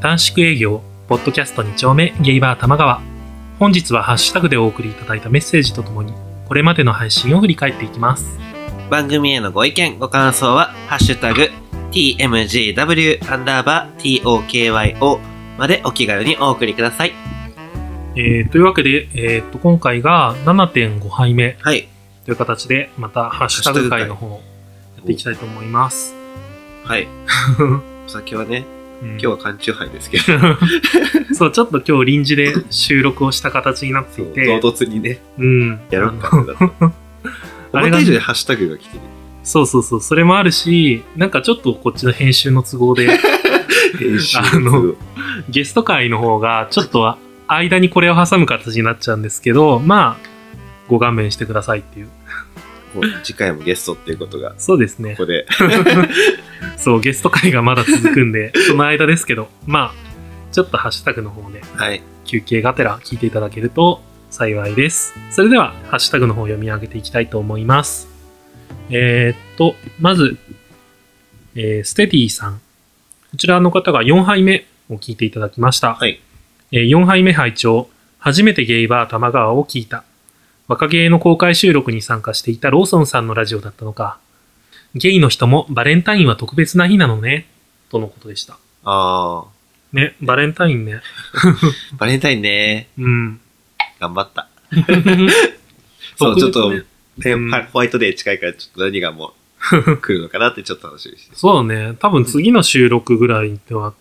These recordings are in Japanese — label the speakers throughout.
Speaker 1: 短縮営業、ポッドキャスト2丁目ゲイバー玉川。本日はハッシュタグでお送りいただいたメッセージとともに、これまでの配信を振り返っていきます。
Speaker 2: 番組へのご意見、ご感想は、ハッシュタグ、tmgw アンダーバー tokyo までお気軽にお送りください。
Speaker 1: えーというわけで、えーっと、今回が7.5杯目
Speaker 2: はい。
Speaker 1: という形で、またハッシュタグ会の方、やっていきたいと思い ます。
Speaker 2: はい。お酒はね、
Speaker 1: 今
Speaker 2: 今日は缶チューハイ ですけど、
Speaker 1: そう、ちょっと今日臨時で収録をした形になって
Speaker 2: そ
Speaker 1: いうて、
Speaker 2: 唐突にね、
Speaker 1: うん。
Speaker 2: やろうか ってなった。
Speaker 1: あ
Speaker 2: 思
Speaker 1: れ
Speaker 2: っ
Speaker 1: が
Speaker 2: た以上にハッシュタグが来 てる。
Speaker 1: そうそうそう、それもあるし、なんかちょっとこっちの編集の都合で、
Speaker 2: 編集
Speaker 1: あの
Speaker 2: すごい
Speaker 1: ゲスト会の方がちょっと間にこれを挟む形になっちゃうんですけど、まあ、ご勘弁してくださいっていう。
Speaker 2: もう次回もゲストっていうことが、こ
Speaker 1: そうですね。
Speaker 2: こで、
Speaker 1: そう、ゲスト会がまだ続くんで、その間ですけど、まあ、ちょっとハッシュタグの方で
Speaker 2: はい。
Speaker 1: 休憩がてら聞いていただけると幸いです。それでは、ハッシュタグの方を読み上げていきたいと思います。えーっと、まず、えーステディさん。こちらの方が4杯目を聞いていただきました。
Speaker 2: はい
Speaker 1: え4杯目拝聴初めてゲイバー玉川を聞いた。若芸の公開収録に参加していたローソンさんのラジオだったのか。ゲイの人もバレンタインは特別な日なのね。とのことでした。
Speaker 2: あ
Speaker 1: ね、バレンタインね。
Speaker 2: ー、バレンタインね、
Speaker 1: うん。
Speaker 2: 頑張 った。そう、ちょっと、
Speaker 1: 特別ね
Speaker 2: ね
Speaker 1: うん
Speaker 2: ホワイトデー近いから、ちょっと何がもう、 来るのかなってちょっと楽しみにして。
Speaker 1: そうだね。多分次の収録ぐらいでは、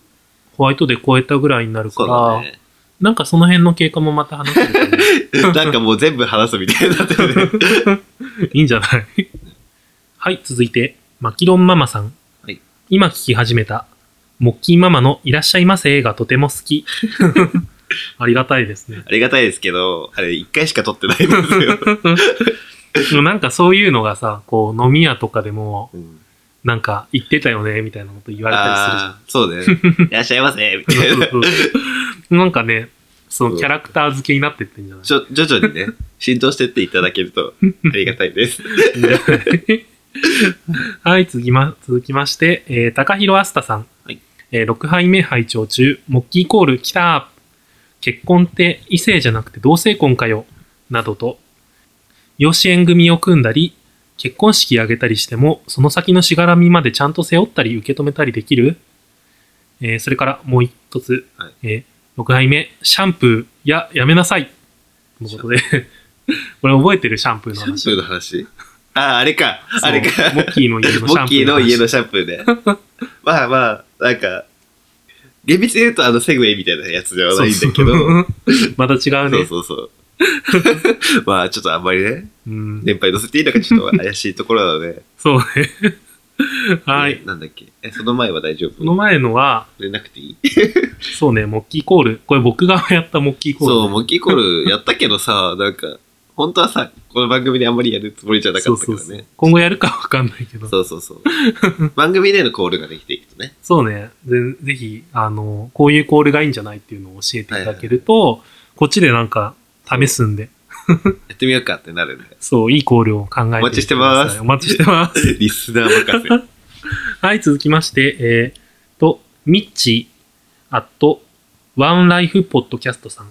Speaker 1: ホワイトで超えたぐらいになるか
Speaker 2: そう
Speaker 1: ら、
Speaker 2: だね。
Speaker 1: なんかその辺の経過もまた話せるとね
Speaker 2: なんかもう全部話すみたいになってるね。
Speaker 1: いいんじゃない はい、続いて、マキロンママさん。
Speaker 2: はい
Speaker 1: 今聞き始めた、モッキーママのいらっしゃいませがとても好 き。ありがたいですね。
Speaker 2: ありがたいですけど、あれ一回しか撮ってないんですよ。
Speaker 1: でもなんかそういうのがさ、こう飲み屋とかでも、
Speaker 2: うん
Speaker 1: なんか言ってたよね、みたいなこと言われたりするじゃん。
Speaker 2: ああ、そうだね。いらっしゃいませ、み たい な。
Speaker 1: なんかね、そのキャラクター付けになってってんじゃない
Speaker 2: ちょ、徐々にね、浸透してっていただけると、ありがたいです。
Speaker 1: いいんじゃない はい、続きま、続きまして、えー、高弘あすたさん。
Speaker 2: はい
Speaker 1: えー、6杯目拝聴中、モッキーコール来た結婚って異性じゃなくて同性婚かよなどと、養子縁組を組んだり、結婚式あげたりしても、その先のしがらみまでちゃんと背負ったり受け止めたりできるえーそれからもう一つ、
Speaker 2: はい
Speaker 1: えー、6杯目、シャンプーややめなさいとのことで、 これ覚えてるシャンプーの
Speaker 2: シャン
Speaker 1: 話。
Speaker 2: プーの話ああ、あれか。あれ
Speaker 1: そう
Speaker 2: か。
Speaker 1: モッキーの家のシャンプー
Speaker 2: モッキーの家の
Speaker 1: 話
Speaker 2: シャンプーで。 まあまあ、なんか、厳密に言うとあのセグウェイみたいなやつではないんだけど、
Speaker 1: そうそうまた違う
Speaker 2: そ
Speaker 1: ね
Speaker 2: う。そうそう。 まあちょっとあんまりね、
Speaker 1: うん
Speaker 2: 年配乗せていいのかちょっと怪しいところなので、
Speaker 1: そうね。 はい
Speaker 2: ね。なんだっけ。え、その前は大丈
Speaker 1: その
Speaker 2: 夫
Speaker 1: 前のは、
Speaker 2: 売れなくていい
Speaker 1: そうね、モッキーコール。これ僕がやったモッキーコール。
Speaker 2: そう、モッキーコールやったけどさ、なんか、本当はさ、この番組であんまりやるつもりじゃなかったから
Speaker 1: そうそうそう
Speaker 2: ね。
Speaker 1: 今後やるかわかんないけど。
Speaker 2: そうそうそう。 番組でのコールができていくとね。
Speaker 1: そうね。で、ぜひ、あの、こういうコールがいいんじゃないっていうのを教えていただけると、こっちでなんか試すんで、
Speaker 2: やってみようかってなるんで。
Speaker 1: そう、いいコールを考えてみてください
Speaker 2: お待ちしてます
Speaker 1: お待ちしてます。
Speaker 2: リスナー任せ。あ
Speaker 1: はい、続きまして、えー、と、ミッチー、あと、ワンライフポッドキャストさん。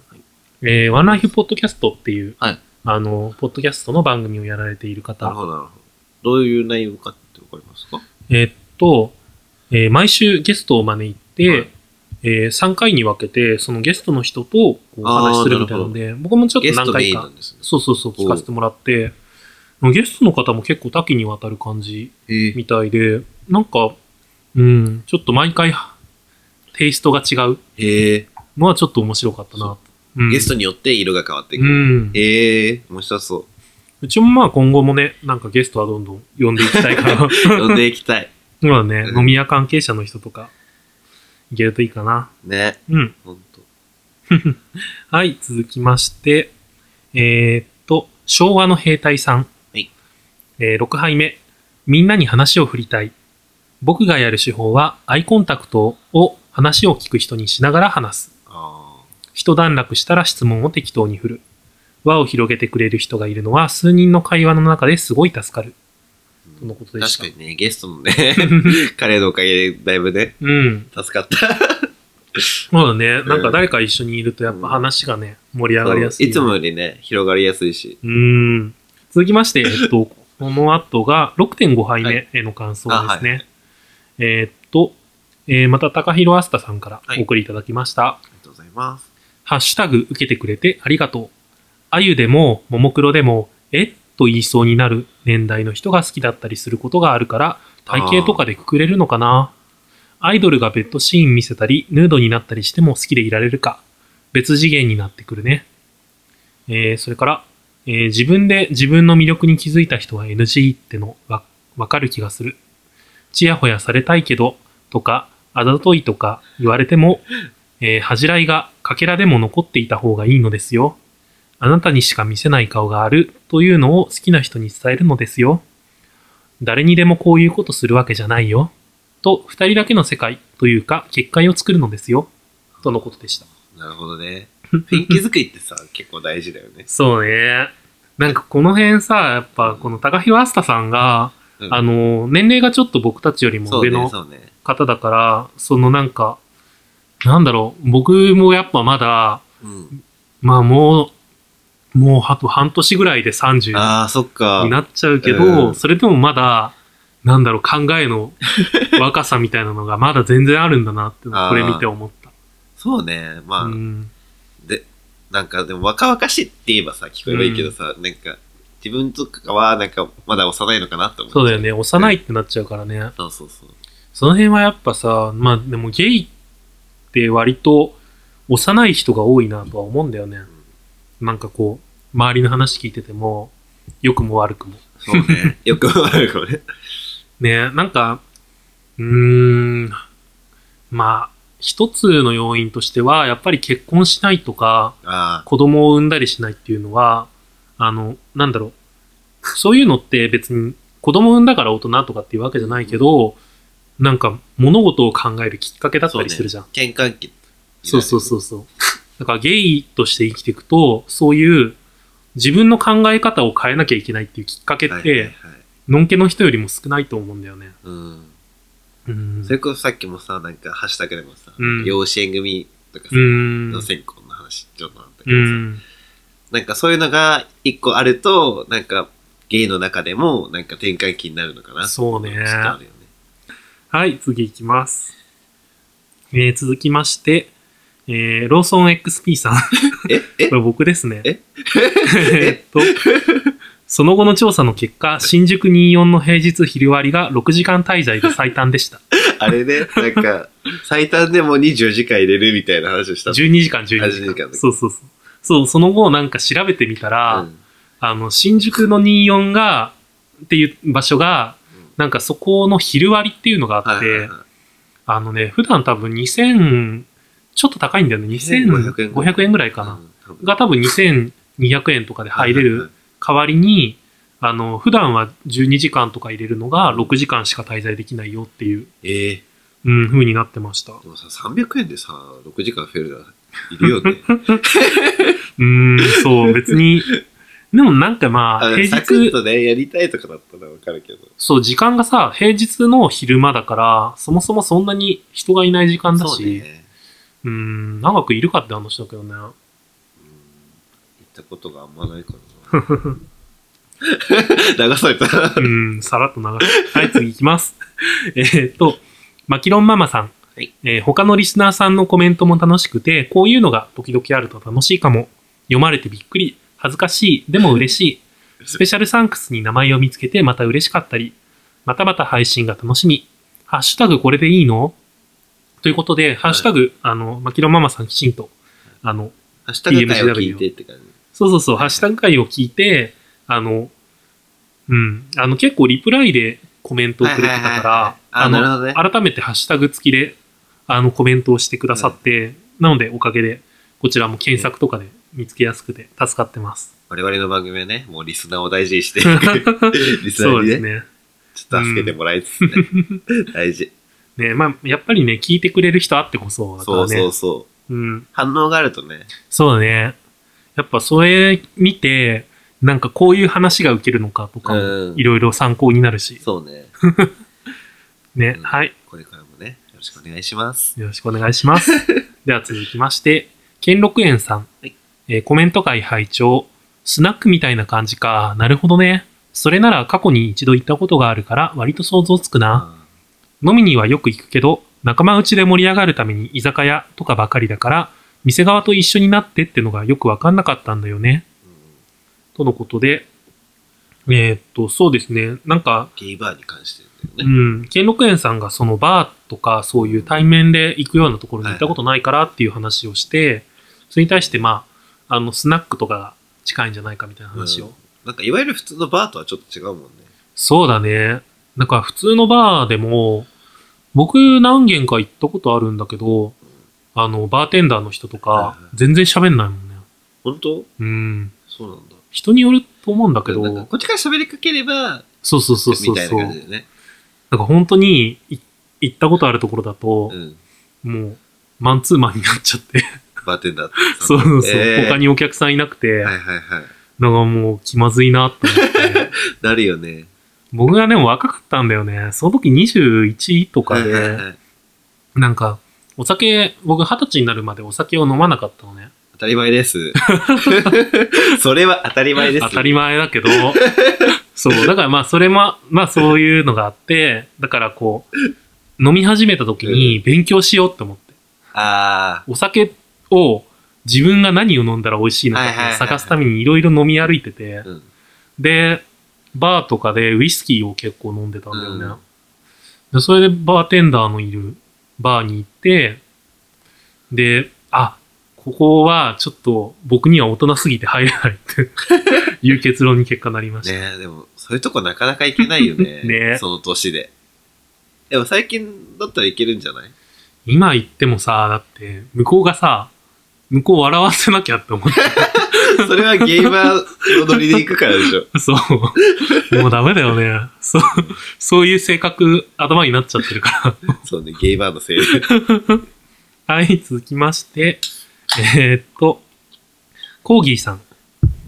Speaker 1: えー、ワンライフポッドキャストっていう、
Speaker 2: はい
Speaker 1: あの、ポッドキャストの番組をやられている
Speaker 2: なる
Speaker 1: 方。
Speaker 2: ほど、なるほど。どういう内容かってわかりますか
Speaker 1: えーっと、えー毎週ゲストを招いて、
Speaker 2: はい
Speaker 1: えー、3回に分けて、そのゲストの人とこうお話しするみたいなので、僕もちょっ
Speaker 2: ゲ
Speaker 1: と
Speaker 2: ス
Speaker 1: 何
Speaker 2: トメ
Speaker 1: 回
Speaker 2: イン
Speaker 1: か
Speaker 2: な、んですね。
Speaker 1: そうそうそう、聞かせてもらって、ゲストの方も結構多岐にわたる感じ
Speaker 2: え
Speaker 1: みたいで、なんか、うん、ちょっと毎回、テイストが違う
Speaker 2: え
Speaker 1: のはちょっと面白かったな。うん
Speaker 2: ゲストによって色が変わってく
Speaker 1: う
Speaker 2: る。
Speaker 1: ん。
Speaker 2: ええ面白そう。
Speaker 1: うちもまあ今後もね、なんかゲストはどんどん呼んでいきたい から、
Speaker 2: 呼んでい きたい。
Speaker 1: 今はね、
Speaker 2: うん
Speaker 1: 飲み屋関係者の人とか、いけるといいかな。
Speaker 2: ね。
Speaker 1: うん。
Speaker 2: ほんと。
Speaker 1: はい、続きまして、えーっと、昭和の兵隊さん。
Speaker 2: はい
Speaker 1: えー6杯目。みんなに話を振りたい。僕がやる手法は、アイコンタクトを話を聞く人にしながら話す。
Speaker 2: あ
Speaker 1: 一段落したら質問を適当に振る。輪を広げてくれる人がいるのは、数人の会話の中ですごい助かる。
Speaker 2: ー
Speaker 1: とのことでし
Speaker 2: 確
Speaker 1: た。
Speaker 2: かにね、ゲストのね、彼のおかげでだいぶね、
Speaker 1: うん。
Speaker 2: 助かった。
Speaker 1: そうだね。なんか誰か一緒にいるとやっぱ話がね、盛り上がりやすい。
Speaker 2: いつもよりね、広がりやすいし。
Speaker 1: うーん。続きまして、えっと、この後が6.5杯
Speaker 2: は
Speaker 1: 目への感想ですね。えーっと、えーまた、高弘あすたさんから
Speaker 2: はい
Speaker 1: お送りいただきました。
Speaker 2: ありがとうございます。
Speaker 1: ハッシュタグ受けてくれてありがとう。あゆでも、ももクロでも、えと言いそうになる年代の人が好きだったりすることがあるから、体型とかでくくれるのかなアイドルがベッドシーン見せたり、ヌードになったりしても好きでいられるか。別次元になってくるね。えー、それから、えー自分で自分の魅力に気づいた人は NG ってのわ、わかる気がする。ちやほやされたいけど、とか、あざといとか言われても、えー恥じらいがかけらでも残っていた方がいいのですよ。あなたにしか見せない顔があるというのを好きな人に伝えるのですよ。誰にでもこういうことするわけじゃないよ。と、二人だけの世界というか、結界を作るのですよ。とのことでした。
Speaker 2: なるほどね。雰囲気作りってさ、 結構大事だよね。
Speaker 1: そうね。なんかこの辺さ、やっぱこの高弘あすたさんが、
Speaker 2: うん
Speaker 1: あの、年齢がちょっと僕たちよりも
Speaker 2: そう
Speaker 1: 上
Speaker 2: ね、
Speaker 1: の
Speaker 2: そうね。
Speaker 1: 方だから、そのなんか、なんだろう、僕もやっぱまだ、
Speaker 2: うん。
Speaker 1: まあもう、もうあと半年ぐらいで30
Speaker 2: ああ、そっか。
Speaker 1: になっちゃうけ
Speaker 2: う
Speaker 1: ど、
Speaker 2: ん
Speaker 1: それでもまだ、なんだろう、考え の若さみたいなのがまだ全然あるんだなって、
Speaker 2: あー
Speaker 1: これ見て思っ
Speaker 2: そうね。ま
Speaker 1: た。
Speaker 2: あ、
Speaker 1: うん。
Speaker 2: で、なんかでも若々しいって言えばさ、聞こえばいいけどさ、なんか、自分とかはなんかまだ幼いのかなって思っちゃ
Speaker 1: そうだよ。ね、幼いってなっちゃうからね。
Speaker 2: そうそうそう。
Speaker 1: その辺はやっぱさ、まあでもゲイって割と幼い人が多いなとは思うんだよね。なんかこう、周りの話聞いてても、良くも悪くも。
Speaker 2: そう ね。よくわかるかもね。
Speaker 1: ねなんか、うーん、まあ、一つの要因としては、やっぱり結婚しないとか、
Speaker 2: ああ、
Speaker 1: 子供を産んだりしないっていうのは、あの、なんだろう。そういうのって別に子供を産んだから大人とかっていうわけじゃないけど、なんか物事を考えるきっかけだったりするじゃん。
Speaker 2: 転換期。
Speaker 1: そう,、そうそうそうだからゲイとして生きていくと、そういう自分の考え方を変えなきゃいけないっていうきっかけ
Speaker 2: は
Speaker 1: っ
Speaker 2: いはいはい
Speaker 1: て、のんけの人よりも少ないと思うんだよね。
Speaker 2: うん。
Speaker 1: うん
Speaker 2: それこそさっきもさ、なんか、ハッシュタグでもさ、
Speaker 1: うん
Speaker 2: 養子縁組とかさ、
Speaker 1: うん
Speaker 2: の線香の話、ちょっとなんだけど
Speaker 1: う
Speaker 2: さ、
Speaker 1: ん。
Speaker 2: なんかそういうのが一個あると、なんか、ゲイの中でも、なんか転換期になるのかな。
Speaker 1: そうね
Speaker 2: ちょっとあるよね。
Speaker 1: はい、次いきます。えー続きまして、えーローソン XP さん。
Speaker 2: え、え
Speaker 1: これ僕ですね。
Speaker 2: え
Speaker 1: えっと、その後の調査の結果、新宿24の平日昼割りが6時間滞在で最短で した。
Speaker 2: あれね、なんか、最短でも24時間入れるみたいな話をした。
Speaker 1: 12時間、12時間。
Speaker 2: あ12時間
Speaker 1: そうそうそう。そう、その後なんか調べてみたら、
Speaker 2: うん
Speaker 1: あの、新宿の24が、っていう場所が
Speaker 2: うん、
Speaker 1: なんかそこの昼割りっていうのがあっ
Speaker 2: はいはい
Speaker 1: て、
Speaker 2: は
Speaker 1: あのね、普段多分2000、ちょっと高いんだよね。
Speaker 2: 2500円
Speaker 1: 2500円ぐらいか
Speaker 2: い
Speaker 1: な。
Speaker 2: うん
Speaker 1: が多分2200円とかで入れる。代わりに、あの、普段は12時間とか入れるのが6時間しか滞在できないよっていう、
Speaker 2: ええ
Speaker 1: うん、風になってました。う
Speaker 2: でもさ、300円でさ、6時間増えるないる よね。
Speaker 1: ーん、そう、別 に。でもなんかま
Speaker 2: あ
Speaker 1: あ、
Speaker 2: の
Speaker 1: 平
Speaker 2: サクッ
Speaker 1: 日、
Speaker 2: とね、やりたいとかだったらわかるけど。
Speaker 1: そう、時間がさ、平日の昼間だから、そもそもそんなに人がいない時間だ
Speaker 2: そう
Speaker 1: し、
Speaker 2: ね。
Speaker 1: うーん、長くいるかって話だけどね。
Speaker 2: うん行ったことがあんまないから な。流された。
Speaker 1: うん、さらっと流す。はい、次いきます。 えーっと、マキロンママさん。
Speaker 2: はい
Speaker 1: えー他のリスナーさんのコメントも楽しくて、こういうのが時々あると楽しいかも。読まれてびっくり。恥ずかしい。でも嬉し い。スペシャルサンクスに名前を見つけてまた嬉しかったり。またまた配信が楽しみ。ハッシュタグこれでいいのということで、ハッシュタグ、あの、マキロンママさんきちんと、あの、
Speaker 2: 明日の回を聞いてって感じ。
Speaker 1: そうそうそう、ハッシュタグ会を聞いて、あの、うん、あの結構リプライでコメントをくれてた
Speaker 2: はいは
Speaker 1: か
Speaker 2: いはいはい
Speaker 1: ら、
Speaker 2: あなるほどね
Speaker 1: の、改めてハッシュタグ付きで、あの、コメントをしてくださって、なのでおかげで、こちらも検索とかで見つけやすくて助かって ます。
Speaker 2: 我々の番組はね、もうリスナーを大事にして、 リスナ
Speaker 1: そう
Speaker 2: ーに
Speaker 1: です
Speaker 2: ね、
Speaker 1: ね。
Speaker 2: ちょっと助けてもらい つつね。大事。
Speaker 1: ね、まあ、やっぱりね、聞いてくれる人あってこそだから
Speaker 2: そ
Speaker 1: ね。
Speaker 2: うそうそう。
Speaker 1: うん。
Speaker 2: 反応があるとね、
Speaker 1: そうだね。やっぱそれ見て、なんかこういう話が受けるのかとかも、
Speaker 2: うん
Speaker 1: いろいろ参考になるし。
Speaker 2: そうね。
Speaker 1: ね
Speaker 2: う、ん
Speaker 1: はい。
Speaker 2: これからもね、よろしくお願いします。
Speaker 1: よろしくお願いします。では続きまして、兼六園さん、
Speaker 2: はい
Speaker 1: えーコメント会拝聴スナックみたいな感じか。なるほどね。それなら過去に一度行ったことがあるから割と想像つくな。飲みにはよく行くけど、仲間内で盛り上がるために居酒屋とかばかりだから、店側と一緒になってってのがよくわかんなかったんだよね。とのことで、えーっと、そうですね。なんか、
Speaker 2: ゲイバーに関してだ
Speaker 1: う
Speaker 2: よ
Speaker 1: ん、
Speaker 2: ね。
Speaker 1: 兼六園さんがそのバーとかそういう対面で行くようなところに行ったことないからっていう話をして、それに対して、まあ、あの、スナックとかが近いんじゃないかみたいな話を。
Speaker 2: うんなんかいわゆる普通のバーとはちょっと違うもんね。
Speaker 1: そうだね。なんか普通のバーでも、僕何軒か行ったことあるんだけど、あの、バーテンダーの人と
Speaker 2: はいは
Speaker 1: か
Speaker 2: い、
Speaker 1: 全然喋んないもんね。
Speaker 2: 本当
Speaker 1: うん。
Speaker 2: そうなんだ。
Speaker 1: 人によると思うんだけど、
Speaker 2: なんかこっちから喋りかければ、
Speaker 1: そうそうそうそう
Speaker 2: みたいな
Speaker 1: そう。な
Speaker 2: 感
Speaker 1: ん
Speaker 2: じでね。
Speaker 1: か本当にい行ったことあるところだと
Speaker 2: う、ん。
Speaker 1: もう、マンツーマンになっちゃって、
Speaker 2: バーテンダーってさ
Speaker 1: そうそうそう、
Speaker 2: えー
Speaker 1: 他にお客さんいなくて、
Speaker 2: はいはいはい。
Speaker 1: なんかもう気まずいなって思 って。
Speaker 2: なるよね。
Speaker 1: 僕がでも若かったんだよね。その時21とか
Speaker 2: はいはい
Speaker 1: で、
Speaker 2: はい
Speaker 1: なんか、お酒、僕二十歳になるまでお酒を飲まなかったのね。
Speaker 2: 当たり前 です。それは当たり前です。
Speaker 1: 当たり前だけ ど、そう、だからまあそれも、まあそういうのがあって、だからこう、飲み始めた時に勉強しようって思って、
Speaker 2: あ
Speaker 1: お酒を自分が何を飲んだら美味しいのかっていうのを探すためにいろいろ飲み歩いてて
Speaker 2: ー。、うん。
Speaker 1: で、バーとかでウイスキーを結構飲んでたんだよね。
Speaker 2: うん
Speaker 1: でそれでバーテンダーのいるバーに行って、で、あ、ここはちょっと僕には大人すぎて入れない っていう結論に結果なりました。。
Speaker 2: ねえ、でも、そういうとこなかなか行けないよね
Speaker 1: ねえ
Speaker 2: その年で。でも最近だったらいけるんじゃない
Speaker 1: 今行ってもさ、だって向こうがさ、向こうを笑わせなきゃって思っ
Speaker 2: それはゲーマーのノリで行くからで しょ。
Speaker 1: て、 そう。もうダメだよね。そう、そういう性格、頭になっちゃってるから。
Speaker 2: そうね、ゲイバーのせいで。
Speaker 1: はい、続きまして、えーっと、コーギーさん。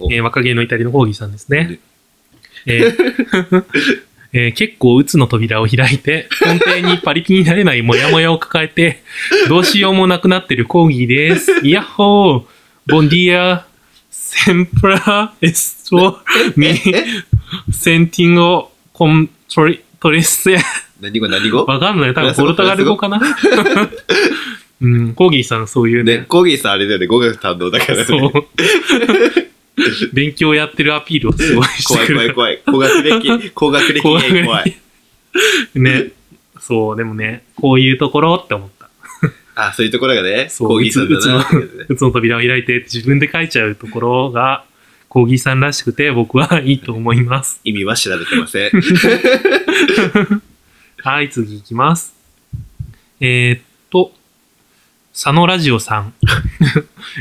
Speaker 2: お
Speaker 1: えー若気の至りのコーギーさんですね
Speaker 2: で。
Speaker 1: えー えー結構、鬱の扉を開いて、根底にパリピになれないモヤモヤを抱えて、どうしようもなくなってるコーギーです。イヤッホーボンディアセンプラエストミセンティンゴコントリトレッセ
Speaker 2: 何語何語
Speaker 1: わかんない。多分ポルトガル語 かな。うん、コーギーさんそういう
Speaker 2: ね、
Speaker 1: ね。
Speaker 2: コーギーさんあれだよね、語学堪能だからね。
Speaker 1: そう。勉強やってるアピールをすごいし
Speaker 2: 怖
Speaker 1: て
Speaker 2: い
Speaker 1: く
Speaker 2: 怖い
Speaker 1: る。
Speaker 2: 怖い。 高学歴、高学歴
Speaker 1: 怖い
Speaker 2: ゲイ怖い。
Speaker 1: ね。そう、でもね、こういうところって思った。
Speaker 2: あ、そういうところがね、
Speaker 1: そう
Speaker 2: コーギーさんだなっていうね。
Speaker 1: うつの扉を開いて自分で書いちゃうところが、コーギーさんらしくて僕はいいと思います。
Speaker 2: 意味は調べて ません。
Speaker 1: はい、次いきます。えーっと、佐野ラジオさん、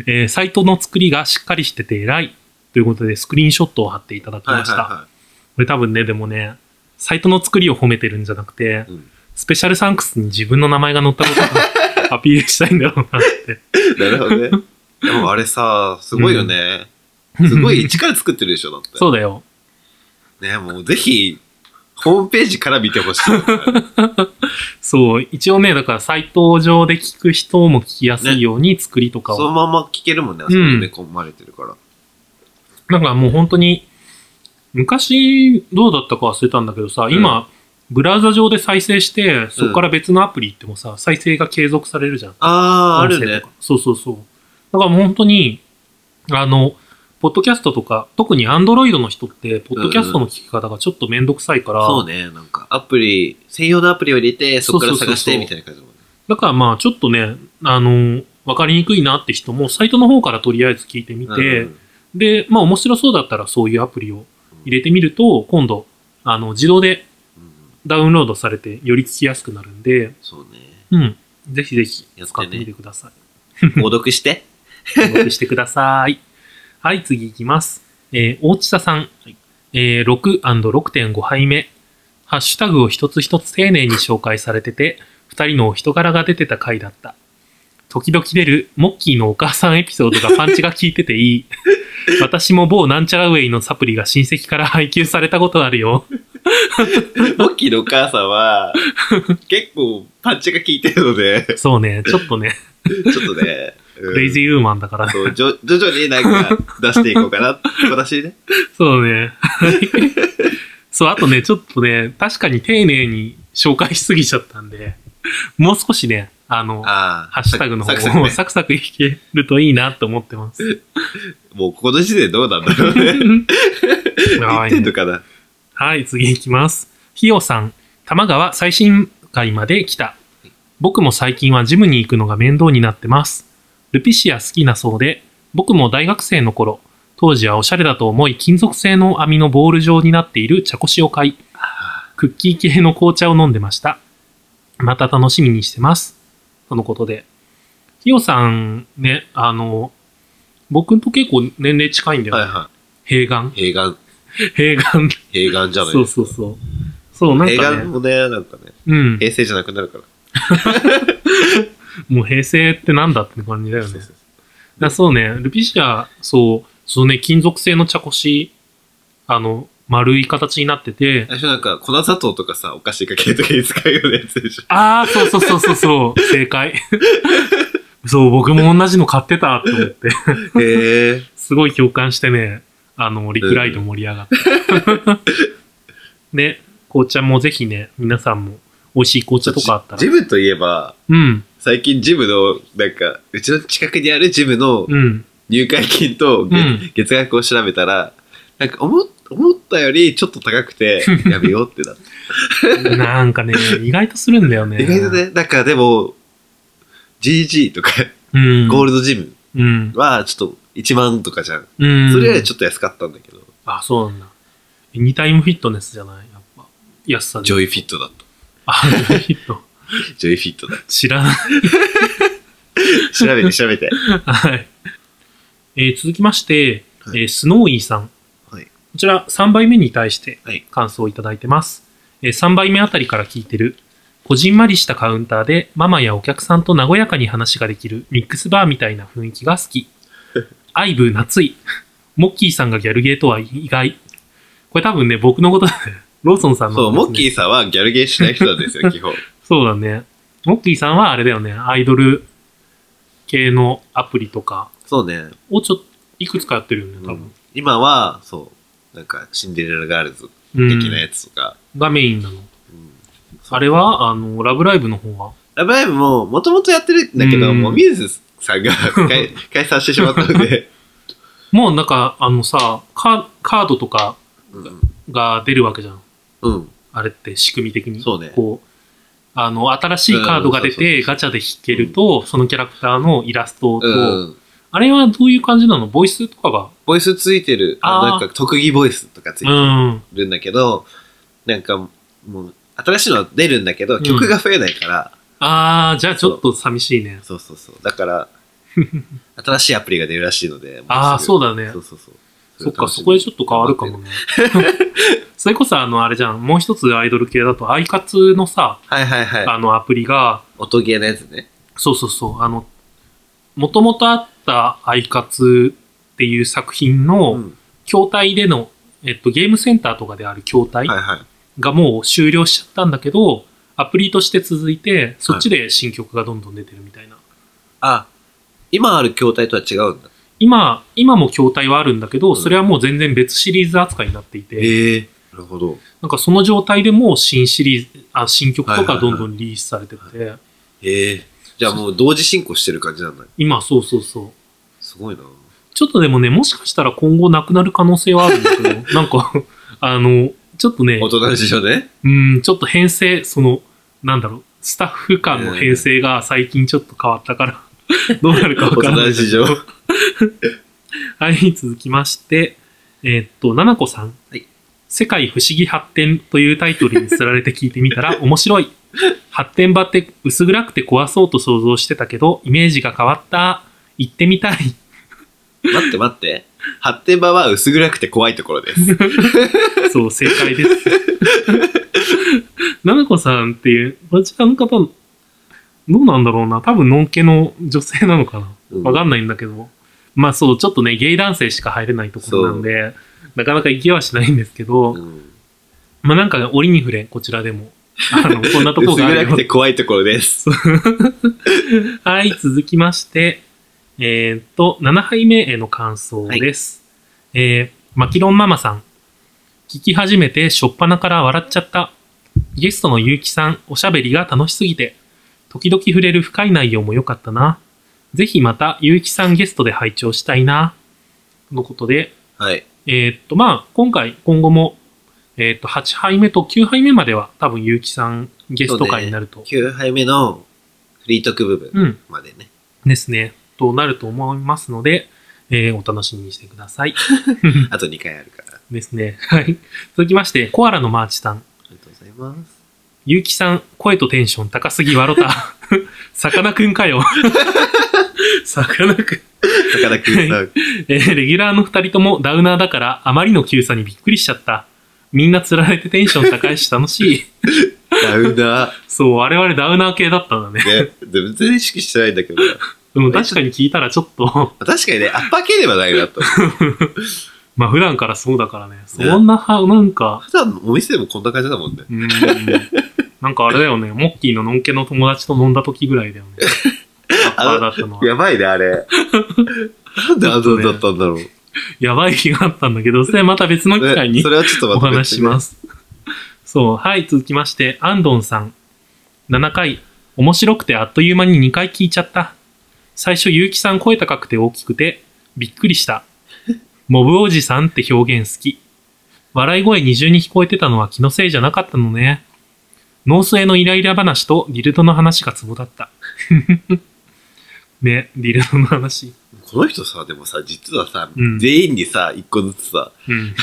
Speaker 1: えーサイトの作りがしっかりしてて偉いということでスクリーンショットを貼っていただきました。
Speaker 2: は
Speaker 1: これ多分ね、でもね、サイトの作りを褒めてるんじゃなくて、
Speaker 2: うん
Speaker 1: スペシャルサンクスに自分の名前が載った ことをアピールしたいんだろうなって。
Speaker 2: いはいはい。なるほどね。でもあれさ、すごいよね。すごい一から作ってるでしょ、だって。
Speaker 1: そうだよ。
Speaker 2: ね、もうぜひ、ホームページから見てほしい。
Speaker 1: そう、一応ね、だからサイト上で聞く人も聞きやすいように作りとかを
Speaker 2: そのまんま聞けるもんね、あそこにね、込まれてるから。
Speaker 1: なんかもう本当に、昔どうだったか忘れたんだけどさ、
Speaker 2: ん
Speaker 1: 今、ブラウザ上で再生して、そこから別のアプリ行ってもさ、再生が継続されるじゃん。
Speaker 2: あー、ある
Speaker 1: 音声
Speaker 2: ね
Speaker 1: とか。。そうそうそう。だからもう本当に、あの、ポッドキャストとか、特にアンドロイドの人って、ポッドキャストの聞き方がちょっとめんどくさいから、
Speaker 2: そうね、なんかアプリ、専用のアプリを入れて、そこから探し
Speaker 1: そうそうそうそ
Speaker 2: て
Speaker 1: う
Speaker 2: みたいな感じだもんね。
Speaker 1: だからまあちょっとね、あの、わかりにくいなって人も、サイトの方からとりあえず聞いてみて、
Speaker 2: うん
Speaker 1: で、まあ面白そうだったらそういうアプリを入れてみると、今度、あの、自動で
Speaker 2: うん
Speaker 1: ダウンロードされてより聞きやすくなるんで、
Speaker 2: そうね。
Speaker 1: うん。ぜひぜひ
Speaker 2: やってね
Speaker 1: 使ってみてください。
Speaker 2: 購読 して。
Speaker 1: 登録してください。はい、次いきます。えー、大地田さん。えー、6&6.5杯目。ハッシュタグを一つ一つ丁寧に紹介されてて、二人のお人柄が出てた回だった。時々出るモッキーのお母さんエピソードがパンチが効いてて いい。私も某なんちゃらウェイのサプリが親戚から配給されたことあるよ。
Speaker 2: モッキーのお母さんは、結構パンチが効いてるので、
Speaker 1: そうね、ちょっとね、
Speaker 2: ちょっとね、うん
Speaker 1: クレイジーウーマンだから、
Speaker 2: そうじょ徐々になんか出していこうかな。私ね。
Speaker 1: そうね。 そう、あとね、ちょっとね、確かに丁寧に紹介しすぎちゃったんで、もう少しね、あの、
Speaker 2: ああ。
Speaker 1: ハッシュタグの方
Speaker 2: サクサク
Speaker 1: を
Speaker 2: ね
Speaker 1: サクサクいけるといいなと思って ます。
Speaker 2: もうこの時点でどうなんだろうね。
Speaker 1: は
Speaker 2: 言ってん
Speaker 1: い
Speaker 2: の、かな。
Speaker 1: はい、次いきます。ひよさん、玉川最新回まで来た。僕も最近はジムに行くのが面倒になってます。ルピシア好きなそうで、僕も大学生の頃、当時はおしゃれだと思い金属製の網のボール状になっている茶こしを買い、クッキー系の紅茶を飲んでました。また楽しみにしてます。とのことで。ひよさんね、あの、僕と結構年齢近いんだよね。
Speaker 2: はいは
Speaker 1: 平眼
Speaker 2: い。平眼、
Speaker 1: 平眼
Speaker 2: 平眼じゃない
Speaker 1: そうそうそう。そう、なん
Speaker 2: 平
Speaker 1: か
Speaker 2: 眼
Speaker 1: ね、
Speaker 2: もね、なんかね、
Speaker 1: うん。
Speaker 2: 平成じゃなくなるから。
Speaker 1: もう平成ってなんだって感じだよね。
Speaker 2: そ
Speaker 1: だ
Speaker 2: う
Speaker 1: か
Speaker 2: そう
Speaker 1: らそうね、ルピシア、そう、そのね、金属製の茶こし、あの、丸い形になってて、
Speaker 2: 最初なんか粉砂糖とかさ、お菓子かけるときに使うようなやつでしょ。
Speaker 1: あー、そうそうそうそう そう、正解。そう、僕も同じの買ってたって思って、
Speaker 2: へえ。
Speaker 1: すごい共感してね、あの、リプライド盛り上がった。 ね、紅茶もぜひね、皆さんも美味しい紅茶とかあった
Speaker 2: ジ
Speaker 1: ら。
Speaker 2: ジムといえば、
Speaker 1: うん、
Speaker 2: 最近ジムの、なんか、うちの近くにあるジムの
Speaker 1: うん。
Speaker 2: 入会金と月,、
Speaker 1: うん
Speaker 2: 月額を調べたら、なんか思っ思ったよりちょっと高く て、やめようってなった。
Speaker 1: なんかね、意外とするんだよね。
Speaker 2: 意外とね、なんかでも、GG とか、
Speaker 1: うん。
Speaker 2: ゴールドジム
Speaker 1: うん。
Speaker 2: はちょっと1万とかじゃん。
Speaker 1: うん。
Speaker 2: それよりちょっと安かったんだけど、
Speaker 1: あ、そうなんだ。エニタイムフィットネスじゃないやっぱ。安さで。
Speaker 2: ジョイフィットだった。
Speaker 1: あ、ジョイフィット。
Speaker 2: ジョイフィットだ。
Speaker 1: 知らない。
Speaker 2: 調べて調べて。
Speaker 1: はい。えー続きまして、
Speaker 2: はい
Speaker 1: えースノーイーさん。
Speaker 2: はい
Speaker 1: こちら3杯目に対して
Speaker 2: はい
Speaker 1: 感想をいただいてます。え3杯目あたりから聞いてる。こじんまりしたカウンターでママやお客さんと和やかに話ができるミックスバーみたいな雰囲気が好 き。アイブ夏い。モッキーさんがギャルゲーとは意外。これ多分ね、僕のことだね。ローソンさんのこ
Speaker 2: そう、
Speaker 1: と
Speaker 2: モッ
Speaker 1: ですね
Speaker 2: キーさんはギャルゲーしない人なんですよ、基本。
Speaker 1: そうだね。モッキーさんはあれだよね。アイドル系のアプリとか
Speaker 2: そうね。
Speaker 1: をちょっといくつかやってるよね、多
Speaker 2: う
Speaker 1: 分
Speaker 2: ん。今は、そう、なんか、シンデレラガールズ
Speaker 1: うん
Speaker 2: 的なやつとか、
Speaker 1: がメインなの。
Speaker 2: うん
Speaker 1: あれは、あの、ラブライブの方は。
Speaker 2: ラブライブも、もともとやってるんだけど、
Speaker 1: うん
Speaker 2: もうミューズさんが 解解散してしまったの で、
Speaker 1: もうなんか、あのさ、カカードとか
Speaker 2: うん、
Speaker 1: が出るわけじゃん。
Speaker 2: うん、
Speaker 1: あれって仕組み的に。
Speaker 2: そうね
Speaker 1: こう、あの、新しいカードが出て、ガチャで引けると、そのキャラクターのイラストと、
Speaker 2: うん。
Speaker 1: あれはどういう感じなのボイスとかが。
Speaker 2: ボイスついてる、あ
Speaker 1: あー
Speaker 2: なんか特技ボイスとかついうて
Speaker 1: ん。
Speaker 2: るんだけど、なんか、もう、新しいのは出るんだけど、
Speaker 1: うん
Speaker 2: 曲が増えないから、
Speaker 1: あー、じゃあちょっと寂しいね。
Speaker 2: そうそうそう。だ から、新しいアプリが出るらしいので、
Speaker 1: ああ、そうだ
Speaker 2: だ
Speaker 1: ね
Speaker 2: そ。うそうそう。
Speaker 1: そっか、そこでちょっと変わるかも
Speaker 2: ね。
Speaker 1: ね。それこそ、あの、あれじゃん、もう一つアイドル系だと、アイカツのさ、
Speaker 2: はいはいはい。
Speaker 1: あの、アプリが、
Speaker 2: 音ゲーのやつね。
Speaker 1: そうそうそう、あの、もともとあったアイカツっていう作品
Speaker 2: う
Speaker 1: の、
Speaker 2: ん
Speaker 1: 筐体での、えっと、ゲームセンターとかである筐体
Speaker 2: はいはい。
Speaker 1: がもう終了しちゃったんだけど、アプリとして続いて、そっちで新曲がどんどん出てるみたいな。
Speaker 2: あ、今ある筐体とは違うんだ。
Speaker 1: 今、今も筐体はあるんだけど、
Speaker 2: ん
Speaker 1: それはもう全然別シリーズ扱いになっていて、
Speaker 2: ええなるほど。
Speaker 1: なんかその状態でもう新シリーズ、あ新曲とかどんど
Speaker 2: はいはいは
Speaker 1: んリリースされてて、
Speaker 2: ええじゃあもう同時進行してる感じなんだ。
Speaker 1: 今そうそうそう。
Speaker 2: すごいな。
Speaker 1: ちょっとでもね、もしかしたら今後なくなる可能性はあるんだけど、 なんか、あの、ちょっとね
Speaker 2: 大、人の事情ね。
Speaker 1: うん、ちょっと編成、その、なんだろう、スタッフ間の編成が最近ちょっと変わった から、どうなるか
Speaker 2: 大
Speaker 1: わか
Speaker 2: 人
Speaker 1: らな
Speaker 2: の
Speaker 1: い。
Speaker 2: 事情。
Speaker 1: はい、続きまして、えーっと、ななこさん。
Speaker 2: はい
Speaker 1: 世界不思議発展というタイトルにつられて聞いてみた ら面白い。発展場って薄暗くて怖そうと想像してたけど、イメージが変わった。行ってみたい。
Speaker 2: 待って待って。発展場は薄暗くて怖いところ です。
Speaker 1: そう、正解 です。ななこさんっていう、こちらの方、どうなんだろうな。多分、のんけの女性なのかな。
Speaker 2: うん
Speaker 1: わかんないんだけど。まあそう、ちょっとね、ゲイ男性しか入れないところなんで、なかなか行きはしないんですけど、
Speaker 2: うん
Speaker 1: まあなんか折に触れ、こちらでも。あの、こんなとこ
Speaker 2: 薄
Speaker 1: がある
Speaker 2: 暗
Speaker 1: よ
Speaker 2: くて怖いところです。
Speaker 1: はい、続きまして、えーっと、7杯目への感想です。えー、マキロンママさん。聞き始めて、しょっぱなから笑っちゃった。ゲストのゆうきさん、おしゃべりが楽しすぎて、時々触れる深い内容も良かったな。ぜひまた、ゆうきさんゲストで拝聴したいな。とのことで、
Speaker 2: はい。
Speaker 1: えーっと、まあ、今回、今後も、えーっと、8杯目と9杯目までは、多分、ゆうきさんゲスト会になると。
Speaker 2: 9杯目のフリートーク部分
Speaker 1: うん。
Speaker 2: までね。
Speaker 1: ですね、となると思いますので、えーお楽しみにしてください。
Speaker 2: あと2回あるから。あ
Speaker 1: ですね。はい。続きまして、コアラのマーチさん。
Speaker 2: りがとうございます。
Speaker 1: ゆうきさん、声とテンション高すぎ笑った。 さかなクンかよ。 さかなクン。
Speaker 2: 高田くんさん。
Speaker 1: えーレギュラーの二人ともダウナーだから、あまりの急さにびっくりしちゃった。みんな釣られてテンション高いし楽しい。
Speaker 2: ダウナ
Speaker 1: そう、我々ダウナー系だったんだね。
Speaker 2: ー。ね。でも全然意識してないんだけどな。
Speaker 1: でも確かに聞いたらちょっと、
Speaker 2: 確かにね、アッパー系ではないなと。
Speaker 1: まあ普段からそうだからね。そんなは、なんか、
Speaker 2: 普段お店でもこんな感じだもんね。
Speaker 1: うー んなんかあれだよね、モッキーののんけの友達と飲んだ時ぐらい だよね。ラッパーだったのは。
Speaker 2: やばいね、あれ。なんであんなんだったん だろう。
Speaker 1: やばい日があったんだけど、それまた別の機会
Speaker 2: ね
Speaker 1: に
Speaker 2: それはちょっと
Speaker 1: お
Speaker 2: また。
Speaker 1: 話ししますす。そう、はい、続きまして、アンドンさん。7回、面白くてあっという間に2回聞いちゃった。最初、結城さん声高くて大きくて、びっくりした。モブおじさんって表現好き。笑い声二重に聞こえてたのは気のせいじゃなかったのね。ノースへのイライラ話とディルドの話がツボだった。 ね、ディルドの話。
Speaker 2: この人さ、でもさ、実はさ、
Speaker 1: うん
Speaker 2: 全員にさ、一個ずつさ、
Speaker 1: うん。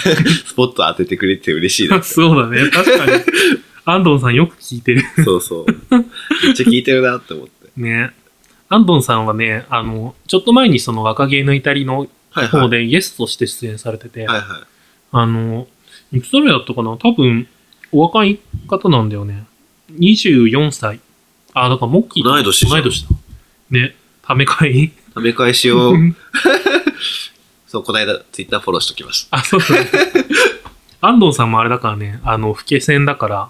Speaker 2: スポット当ててくれて嬉しいなって
Speaker 1: そうだね、確かに。アンドンさんよく聞いてる。
Speaker 2: そうそう。めっちゃ聞いてるなって思って。
Speaker 1: ね。アンドンさんはね、あの、ちょっと前にその若芸の至りの
Speaker 2: はいは
Speaker 1: 方
Speaker 2: い。
Speaker 1: でゲストとして出演されてて、
Speaker 2: はいは
Speaker 1: あの、いくつぐらいだったかな多分、お若い方なんだよね。24歳。あ、だからモッキーと
Speaker 2: 同い年じゃん
Speaker 1: 同い年だ。ね。ため会。
Speaker 2: い。ため返しを、そう、この間、ツイッターフォローしときました。
Speaker 1: あ、そうだね。アンドンさんもあれだからね、あの、老け線だから、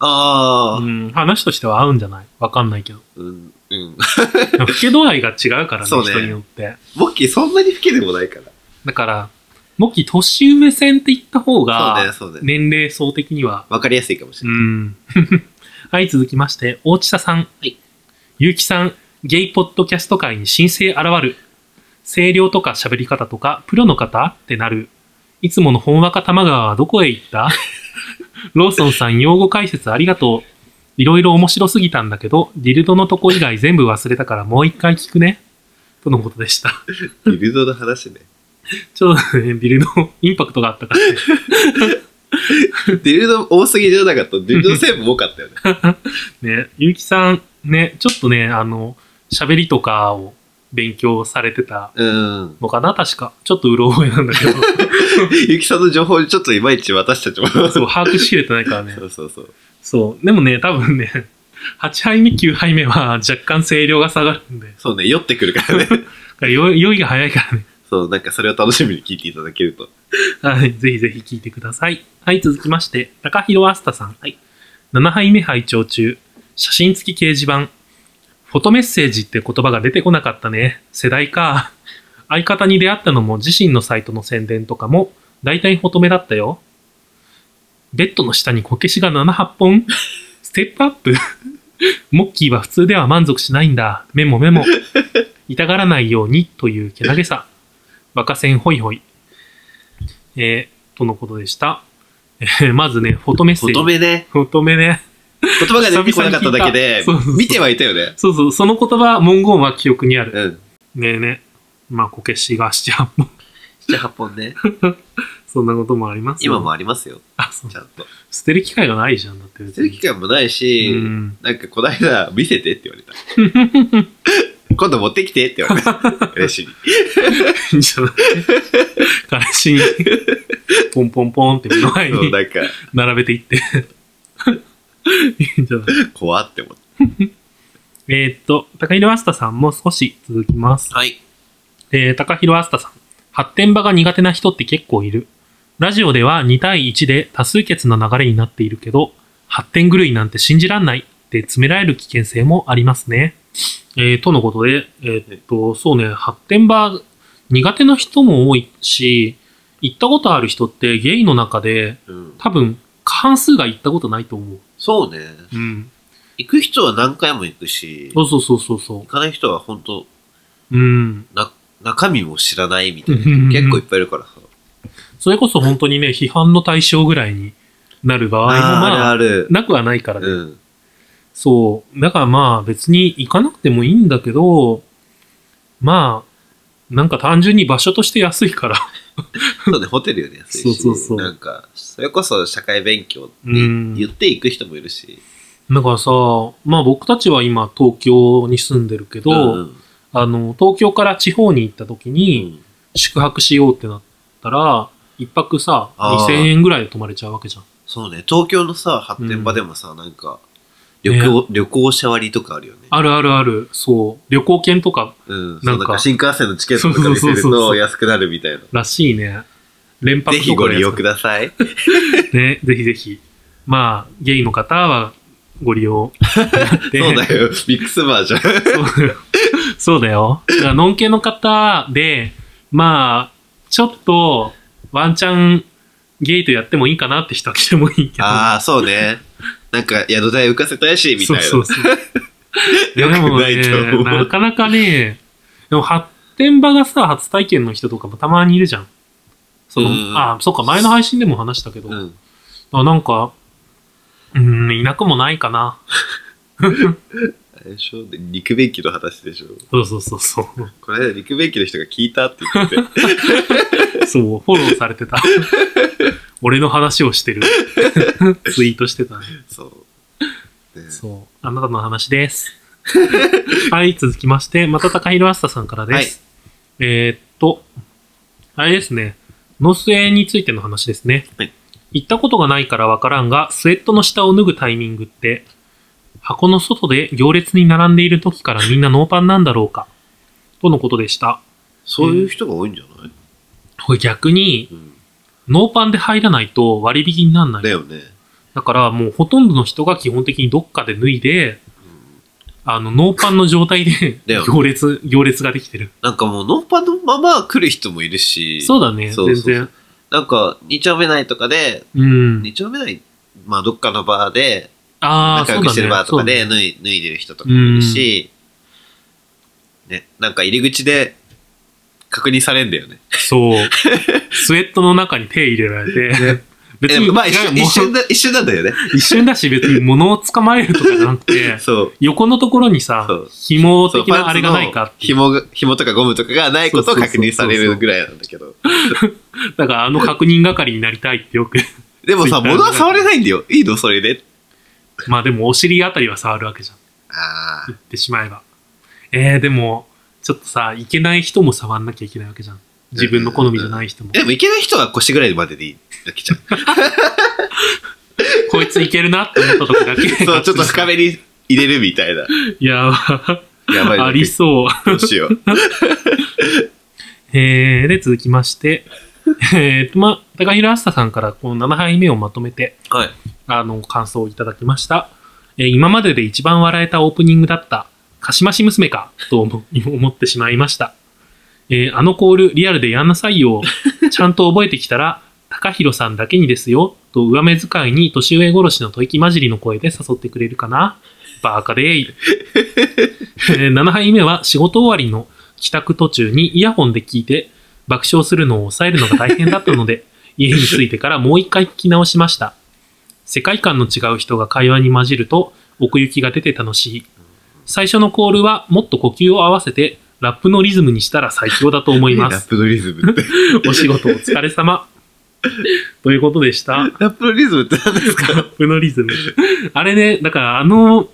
Speaker 2: あ
Speaker 1: う
Speaker 2: ー、
Speaker 1: ん、話としては合うんじゃないわかんないけど。
Speaker 2: うん、うん。
Speaker 1: 老け度合いが違うからね、
Speaker 2: そうね
Speaker 1: 人によって。
Speaker 2: モッキーそんなに老けでもないから。
Speaker 1: だから、モッキー年上線って言った方
Speaker 2: そうね、
Speaker 1: が、
Speaker 2: そうね。
Speaker 1: 年齢層的には、
Speaker 2: わかりやすいかもし
Speaker 1: う
Speaker 2: れない。
Speaker 1: ん。 はい、続きまして、大地田さん。
Speaker 2: い
Speaker 1: ゆうきさん、ゲイポッドキャスト界に新生現る。声量とか喋り方とか、プロの方ってなる。いつものほんわか玉川はどこへ行った ローソンさん、用語解説ありがとう。いろいろ面白すぎたんだけど、ディルドのとこ以外全部忘れたからもう一回聞くね。とのことでした。
Speaker 2: ビルドの話ね。
Speaker 1: ちょっとね、ビルのインパクトがあったから、ね。
Speaker 2: ビルド多すぎじゃなかった。ビルド全部多かっ たよね。
Speaker 1: ね、ゆうきさん、ね、ちょっとね、あの、喋りとかを勉強されてた
Speaker 2: うん。
Speaker 1: のかな、確か。ちょっとうろ覚えなんだ けど、
Speaker 2: ゆきさんの情報ちょっといまいち私たちも。
Speaker 1: そ、
Speaker 2: そう
Speaker 1: 把握しきれてないからね。
Speaker 2: うそうそう。
Speaker 1: そう。でもね、多分ね、8杯目、9杯目は若干声量が下がるんで、
Speaker 2: そうね、酔ってくるからね。
Speaker 1: 酔い酔いが早いからね。
Speaker 2: そう、なんかそれを楽しみに聞いていただけると。
Speaker 1: はい、ぜひぜひ聞いてください。はい、続きまして、高弘あすたさん。
Speaker 2: はい。
Speaker 1: 7杯目拝聴中。写真付き掲示板。フォトメッセージって言葉が出てこなかったね。世代か。相方に出会ったのも自身のサイトの宣伝とかも、大体フォトメだったよ。ベッドの下にこけしが7、8本ステップアップモッキーは普通では満足しないんだ。メモメモ。痛がらないようにというけなげさ。若線ホイホイ。えー、とのことでした。えーまずね、フォトメッセージ。
Speaker 2: 乙女ね。
Speaker 1: フォトメね。
Speaker 2: 言葉が出てこなかっただけで
Speaker 1: 久々に聞いたそうそうそう、
Speaker 2: 見てはいたよね。
Speaker 1: そうそう、その言葉、文言は記憶にある。
Speaker 2: うん。
Speaker 1: ねえねえ。まあ、こけしがしちゃうも ん。
Speaker 2: 7、8本ね。
Speaker 1: そんなこともありますよ
Speaker 2: 今もありますよ。
Speaker 1: あ、そう
Speaker 2: ち。ゃんと。
Speaker 1: 捨てる機会がないじゃん、だって別
Speaker 2: 捨てる
Speaker 1: に。
Speaker 2: 機会もないし、
Speaker 1: うん。
Speaker 2: なんかこの間、見せてって言われた。 今度持ってきてって言われた。嬉し
Speaker 1: いい
Speaker 2: い。
Speaker 1: んじゃない彼氏に、ポンポンポンって目の前
Speaker 2: そう
Speaker 1: に
Speaker 2: なんか、
Speaker 1: 並べていって。 いいんじゃない
Speaker 2: 怖って思って。
Speaker 1: えーっと、高弘あすたさんも少し続きます。
Speaker 2: はい。
Speaker 1: えー、高弘あすたさん。発展場が苦手な人って結構いる。ラジオでは2対1で多数決の流れになっているけど、発展狂いなんて信じらんないって詰められる危険性もありますね。えーとのことで、えーっと、そうね、発展場苦手な人も多いし、行ったことある人ってゲイの中で
Speaker 2: うん。
Speaker 1: 多分過半数が行ったことないと思う。
Speaker 2: そうね。
Speaker 1: うん。
Speaker 2: 行く人は何回も行くし、
Speaker 1: そうそうそうそうそ
Speaker 2: 行かない人は本当
Speaker 1: う。うん。
Speaker 2: な、中身も知らないみたいな。
Speaker 1: うんうんうん
Speaker 2: 結構いっぱいいるからさ。
Speaker 1: それこそ本当にね、批判の対象ぐらいになる場合もま
Speaker 2: あー、
Speaker 1: あ、
Speaker 2: ある
Speaker 1: なくはないか
Speaker 2: あ
Speaker 1: らね。
Speaker 2: る。うん。
Speaker 1: そう。だからまあ別に行かなくてもいいんだけど、まあ、なんか単純に場所として安いから。
Speaker 2: そうね、ホテルより安いし。
Speaker 1: そうそうそう
Speaker 2: なんか、それこそ社会勉強って
Speaker 1: うん
Speaker 2: 言って行く人もいるし。
Speaker 1: だからさ、まあ僕たちは今東京に住んでるけど、
Speaker 2: んん
Speaker 1: あの、東京から地方に行った時に宿泊しようってなったら、一泊さ、
Speaker 2: あー
Speaker 1: 2000円ぐらいで泊まれちゃうわけじゃん。
Speaker 2: そうね、東京のさ、発展場でもさ、なんか、旅行、旅行者割とかあるよね。
Speaker 1: あるあるある、そう。旅行券とか
Speaker 2: うん。
Speaker 1: な
Speaker 2: なん
Speaker 1: か
Speaker 2: んか新幹線のチケットとか見せ
Speaker 1: そうそ
Speaker 2: る
Speaker 1: うそうそ
Speaker 2: と
Speaker 1: う
Speaker 2: 安くなるみたいな。
Speaker 1: らしいね。連泊
Speaker 2: ぜひ
Speaker 1: と
Speaker 2: ご
Speaker 1: か
Speaker 2: 利
Speaker 1: で
Speaker 2: 用ください。
Speaker 1: ね、ぜひぜひ。まあ、ゲイの方はご利用で
Speaker 2: そうだよ。ミックスバージョン。
Speaker 1: そう そうだよ。だから、ノン系の方で、まあ、ちょっと、ワンチャン、ゲイとやってもいいかなって人は来てもいいけど。
Speaker 2: ああ、そうね。なんか宿題浮かせたいし、みたいな。
Speaker 1: そうそうそう。
Speaker 2: よくないい
Speaker 1: やで
Speaker 2: と
Speaker 1: もね、
Speaker 2: 思
Speaker 1: な
Speaker 2: う。
Speaker 1: かなかね、でも発展場がさ、初体験の人とかもたまにいるじゃん。その、
Speaker 2: うん
Speaker 1: あ、そっか、前の配信でも話したけど、
Speaker 2: うん、
Speaker 1: あなんか、うん、いなくもないかな。
Speaker 2: あれでしょ陸便器の話でしょ
Speaker 1: そうそうそうそう。
Speaker 2: これ陸便器の人が聞いたって言って て
Speaker 1: そう、フォローされてた。俺の話をしてる。ツイートしてたね。
Speaker 2: そう、ね
Speaker 1: そう。あなたの話です。はい、続きまして、また高弘あすたさんからです。えーっと、あれですね。ノスエについての話ですね。
Speaker 2: はい
Speaker 1: 行ったことがないからわからんが、スウェットの下を脱ぐタイミングって、箱の外で行列に並んでいる時からみんなノーパンなんだろうか。とのことでした。
Speaker 2: そういう人が多いんじゃない、
Speaker 1: これ逆に、
Speaker 2: うん、
Speaker 1: ノーパンで入らないと割引にならない
Speaker 2: だ。よね、
Speaker 1: だからもうほとんどの人が基本的にどっかで脱いで、
Speaker 2: うん
Speaker 1: あの、ノーパンの状態で
Speaker 2: だよ
Speaker 1: 行列、行列ができてる。
Speaker 2: なんかもうノーパンのまま来る人もいるし
Speaker 1: そうだね、
Speaker 2: そうそうそう
Speaker 1: 全然。
Speaker 2: なんか2丁目内とかで
Speaker 1: うん。
Speaker 2: 2丁目内まあどっかのバーで
Speaker 1: ああ、
Speaker 2: 仲
Speaker 1: そ
Speaker 2: 良
Speaker 1: う
Speaker 2: く
Speaker 1: だ
Speaker 2: してる
Speaker 1: ね
Speaker 2: バー。と
Speaker 1: そ
Speaker 2: か
Speaker 1: うだ
Speaker 2: で
Speaker 1: ね
Speaker 2: 脱い脱いでる人とかもいるし、ね、なんか入り口で確認されんだよね
Speaker 1: そう。スウェットの中に手入れられ て、別
Speaker 2: え
Speaker 1: に、
Speaker 2: まあ一瞬
Speaker 1: もう
Speaker 2: 一瞬だ一瞬なんだよね
Speaker 1: 一瞬だし別に物を捕まえるとかじゃなくて、
Speaker 2: そう
Speaker 1: 横のところにさ
Speaker 2: そう、
Speaker 1: 紐
Speaker 2: そう
Speaker 1: 的なあれがないかっていう。
Speaker 2: 紐が紐とかゴムとかがないことを確認されるぐらいなんだけど。
Speaker 1: だからあの確認係になりたいってよく。
Speaker 2: でもさ、
Speaker 1: Twitter
Speaker 2: 物は触れないんだよ。いいのそれで。
Speaker 1: まあでもお尻あたりは触るわけじゃん。
Speaker 2: ああ
Speaker 1: 言。ってしまえば。えー、でも、ちょっとさ、いけない人も触んなきゃいけないわけじゃん。自分の好みじゃない人も。
Speaker 2: でもいけない人は腰ぐらいまででいいだけじ ゃん。
Speaker 1: こいついけるなって思った時だけ。
Speaker 2: そう、ちょっと深めに入れるみたいな。
Speaker 1: いや
Speaker 2: やばいね。
Speaker 1: ありそう。
Speaker 2: どうしよう。
Speaker 1: えー、で、続きまして。えーと、まあ、高平あすたさんからこの7杯目をまとめて、
Speaker 2: はい。
Speaker 1: あの、感想をいただきました。えー今までで一番笑えたオープニングだった、かしまし娘か、と思思ってしまいました。えーあのコール、リアルでやんなさいよ。ちゃんと覚えてきたら、高弘さんだけにですよ、と上目遣いに年上殺しの吐息混じりの声で誘ってくれるかな。バーカでーい。えー7杯目は仕事終わりの帰宅途中にイヤホンで聞いて、爆笑するのを抑えるのが大変だったので、 家に着いてからもう一回聞き直しました。世界観の違う人が会話に混じると奥行きが出て楽しい。最初のコールはもっと呼吸を合わせてラップのリズムにしたら最強だと思いま
Speaker 2: ラ
Speaker 1: す
Speaker 2: ッ。プのリズムって。
Speaker 1: お仕事お疲れ 様。ということでした。
Speaker 2: ラップのリズムって何です
Speaker 1: ラ
Speaker 2: か
Speaker 1: ップのリズム。あれね、だからあの